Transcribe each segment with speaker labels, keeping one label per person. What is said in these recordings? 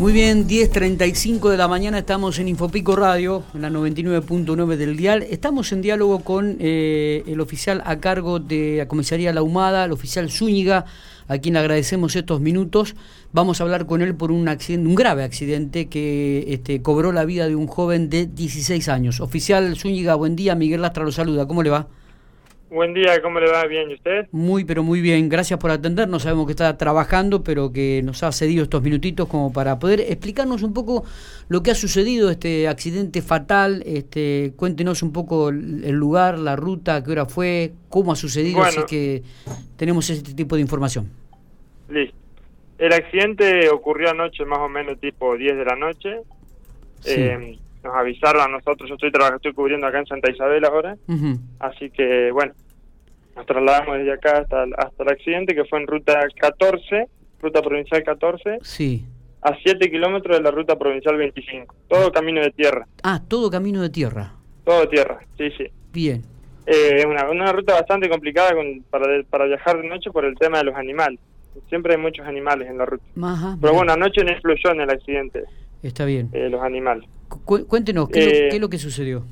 Speaker 1: Muy bien, 10.35 de la mañana estamos en Infopico Radio, en la 99.9 del dial. Estamos en diálogo con eh, el oficial a cargo de la comisaría La Humada, el oficial Zúñiga, a quien le agradecemos estos minutos. Vamos a hablar con él por un accidente, un grave accidente que este, cobró la vida de un joven de 16 años. Oficial Zúñiga, buen día. Miguel Lastra lo saluda. ¿Cómo le va?
Speaker 2: Buen día, ¿cómo le va? ¿Bien? ¿Y usted?
Speaker 1: Muy, pero muy bien. Gracias por atendernos. Sabemos que está trabajando, pero que nos ha cedido estos minutitos como para poder explicarnos un poco lo que ha sucedido, este accidente fatal. Este, cuéntenos un poco el lugar, la ruta, qué hora fue, cómo ha sucedido,
Speaker 2: Bueno.
Speaker 1: si es que tenemos este tipo de información.
Speaker 2: Listo. El accidente ocurrió anoche, más o menos tipo 10 de la noche.
Speaker 1: Sí.
Speaker 2: Eh, nos avisaron a nosotros, yo estoy, trabajando, estoy cubriendo acá en Santa Isabel ahora.
Speaker 1: Ujú.
Speaker 2: Así que, bueno, nos trasladamos desde acá hasta, el- hasta el accidente, que fue en ruta 14, ruta provincial 14,
Speaker 1: Sí.
Speaker 2: a 7 kilómetros de la ruta provincial 25. Todo camino de tierra,
Speaker 1: Ah, todo camino de tierra.
Speaker 2: todo tierra, sí, sí.
Speaker 1: Bien.
Speaker 2: Eh, es una, una ruta bastante complicada con- para, de- para viajar de noche por el tema de los animales. Siempre hay muchos animales en la ruta.
Speaker 1: Ajá,
Speaker 2: Pero
Speaker 1: bien.
Speaker 2: bueno, anoche no influyó en el accidente
Speaker 1: ah, Está bien.
Speaker 2: eh, los animales.
Speaker 1: Cu- cuéntenos, ¿qué, es lo-
Speaker 2: eh,
Speaker 1: qué es lo que sucedió?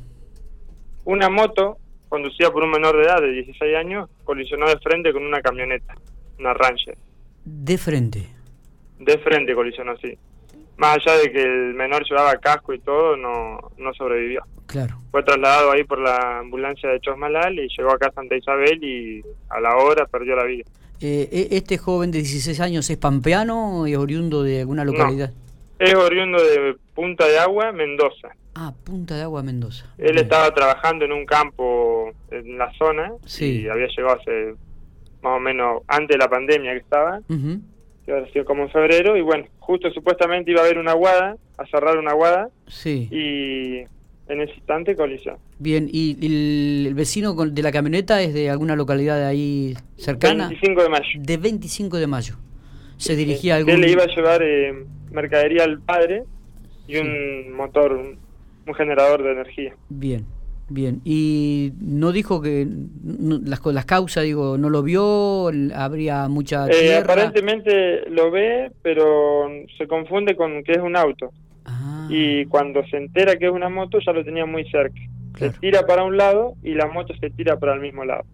Speaker 2: Una moto conducida por un menor de edad de 16 años colisionó de frente con una camioneta, una Ranger.
Speaker 1: De frente.
Speaker 2: De frente colisionó, sí. Más allá de que el menor llevaba casco y todo, no, no sobrevivió.
Speaker 1: Claro.
Speaker 2: Fue trasladado ahí por la ambulancia de Chosmalal y llegó acá a Santa Isabel y a la hora perdió la vida.
Speaker 1: Eh, e- ¿Este joven de 16 años es pampeano y oriundo de alguna
Speaker 2: No.
Speaker 1: localidad?
Speaker 2: Es oriundo de Punta de Agua, Mendoza.
Speaker 1: Ah, Punta de Agua, Mendoza.
Speaker 2: Él
Speaker 1: Bien.
Speaker 2: estaba trabajando en un campo en la zona
Speaker 1: Sí.
Speaker 2: y había llegado hace más o menos antes de la pandemia que estaba,
Speaker 1: Ujú.
Speaker 2: que había sido como en febrero, y bueno, justo supuestamente iba a haber una aguada, a cerrar una aguada,
Speaker 1: Sí.
Speaker 2: y en ese instante colisión.
Speaker 1: Bien, ¿y el, el vecino con- de la camioneta es de alguna localidad de ahí cercana?
Speaker 2: 25 de mayo.
Speaker 1: De 25 de mayo. ¿Se dirigía a
Speaker 2: Que
Speaker 1: algún...?
Speaker 2: le iba a llevar eh, mercadería al padre y un motor, un, un generador de energía.
Speaker 1: Bien, bien. ¿Y no dijo que no- las, co- las causas, digo, no lo vio? ¿Habría mucha
Speaker 2: Eh,
Speaker 1: tierra?
Speaker 2: aparentemente lo ve, pero se confunde con que es un auto.
Speaker 1: Ah,
Speaker 2: y cuando se entera que es una moto ya lo tenía muy cerca.
Speaker 1: Claro.
Speaker 2: Se tira para un lado y la moto se tira para el mismo lado.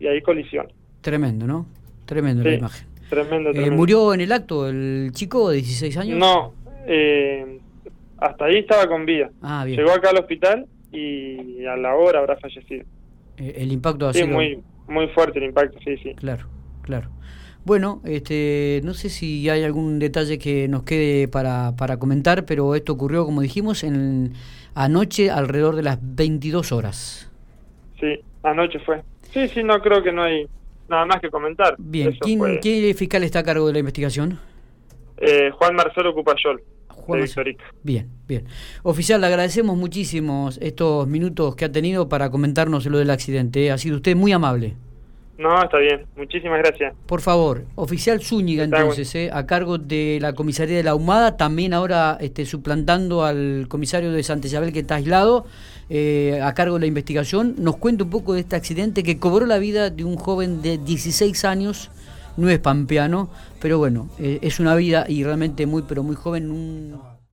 Speaker 2: Y ahí colisión.
Speaker 1: Tremendo, ¿no? Tremendo la
Speaker 2: Sí,
Speaker 1: imagen.
Speaker 2: Tremendo,
Speaker 1: Eh,
Speaker 2: tremendo.
Speaker 1: ¿Murió en el acto el chico de 16 años?
Speaker 2: No, eh, hasta ahí estaba con vida.
Speaker 1: Ah, bien.
Speaker 2: Llegó acá al hospital y a la hora habrá fallecido.
Speaker 1: Eh, El impacto ha
Speaker 2: Sí,
Speaker 1: sido...
Speaker 2: muy, muy fuerte el impacto, sí, sí.
Speaker 1: Claro, claro. Bueno, este, no sé si hay algún detalle que nos quede para, para comentar, pero esto ocurrió, como dijimos, en anoche alrededor de las 22 horas.
Speaker 2: Sí, anoche fue. Sí, sí, no creo que no hay nada más que comentar.
Speaker 1: Bien,
Speaker 2: Eso
Speaker 1: ¿quién,
Speaker 2: fue.
Speaker 1: ¿qué fiscal está a cargo de la investigación?
Speaker 2: Eh, Juan Marcelo Cupayol,
Speaker 1: Juan
Speaker 2: de
Speaker 1: Marcelo.
Speaker 2: Victorica.
Speaker 1: Bien, bien. Oficial, le agradecemos muchísimo estos minutos que ha tenido para comentarnos lo del accidente. ¿eh? Ha sido usted muy amable.
Speaker 2: No, está bien. Muchísimas gracias.
Speaker 1: Por favor, oficial Zúñiga
Speaker 2: Está bueno.
Speaker 1: entonces, eh, a cargo de la comisaría de la Humada, también ahora este, suplantando al comisario de Santa Isabel que está aislado, eh, a cargo de la investigación, nos cuenta un poco de este accidente que cobró la vida de un joven de 16 años, no es pampeano, pero bueno, eh, es una vida y realmente muy, pero muy joven, un